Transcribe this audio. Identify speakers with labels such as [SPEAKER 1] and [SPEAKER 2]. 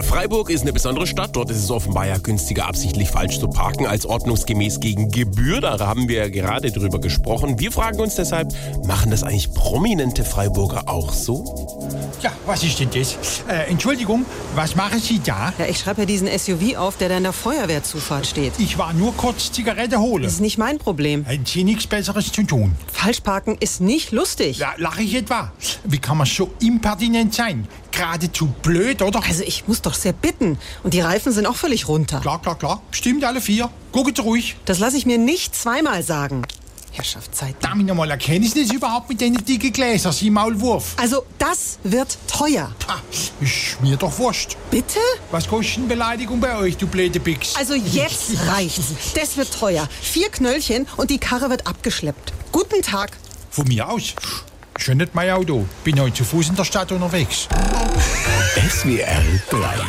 [SPEAKER 1] Freiburg ist eine besondere Stadt. Dort ist es offenbar ja günstiger, absichtlich falsch zu parken, als ordnungsgemäß gegen Gebühr. Da haben wir ja gerade drüber gesprochen. Wir fragen uns deshalb, machen das eigentlich prominente Freiburger auch so?
[SPEAKER 2] Ja, was ist denn das? Äh, Entschuldigung, was machen Sie da?
[SPEAKER 3] Ja, ich schreibe ja diesen SUV auf, der da in der Feuerwehrzufahrt steht.
[SPEAKER 2] Ich war nur kurz Zigarette
[SPEAKER 3] Das
[SPEAKER 2] holen.
[SPEAKER 3] ist nicht mein Problem.
[SPEAKER 2] Hätten Sie nichts Besseres zu tun?
[SPEAKER 3] Falschparken ist nicht lustig.
[SPEAKER 2] La lache ich etwa? Wie kann man so impertinent sein? Geradezu blöd, oder?
[SPEAKER 3] Also ich muss doch sehr bitten. Und die Reifen sind auch völlig runter.
[SPEAKER 2] Klar, klar, klar. Stimmt alle vier. Guckt ruhig.
[SPEAKER 3] Das lasse ich mir nicht zweimal sagen. Herrschaft, Zeit.
[SPEAKER 2] Damit nochmal erkennen Sie es überhaupt mit den dicken Gläsern, Sie Maulwurf.
[SPEAKER 3] Also das wird teuer.
[SPEAKER 2] Ha, ist mir doch wurscht.
[SPEAKER 3] Bitte?
[SPEAKER 2] Was kostet eine Beleidigung bei euch, du blöde Bix?
[SPEAKER 3] Also jetzt reicht's. Das wird teuer. Vier Knöllchen und die Karre wird abgeschleppt. Guten Tag.
[SPEAKER 2] Von mir aus. Schön nicht mein Auto. Bin heute zu Fuß in der Stadt unterwegs.
[SPEAKER 1] SWR 3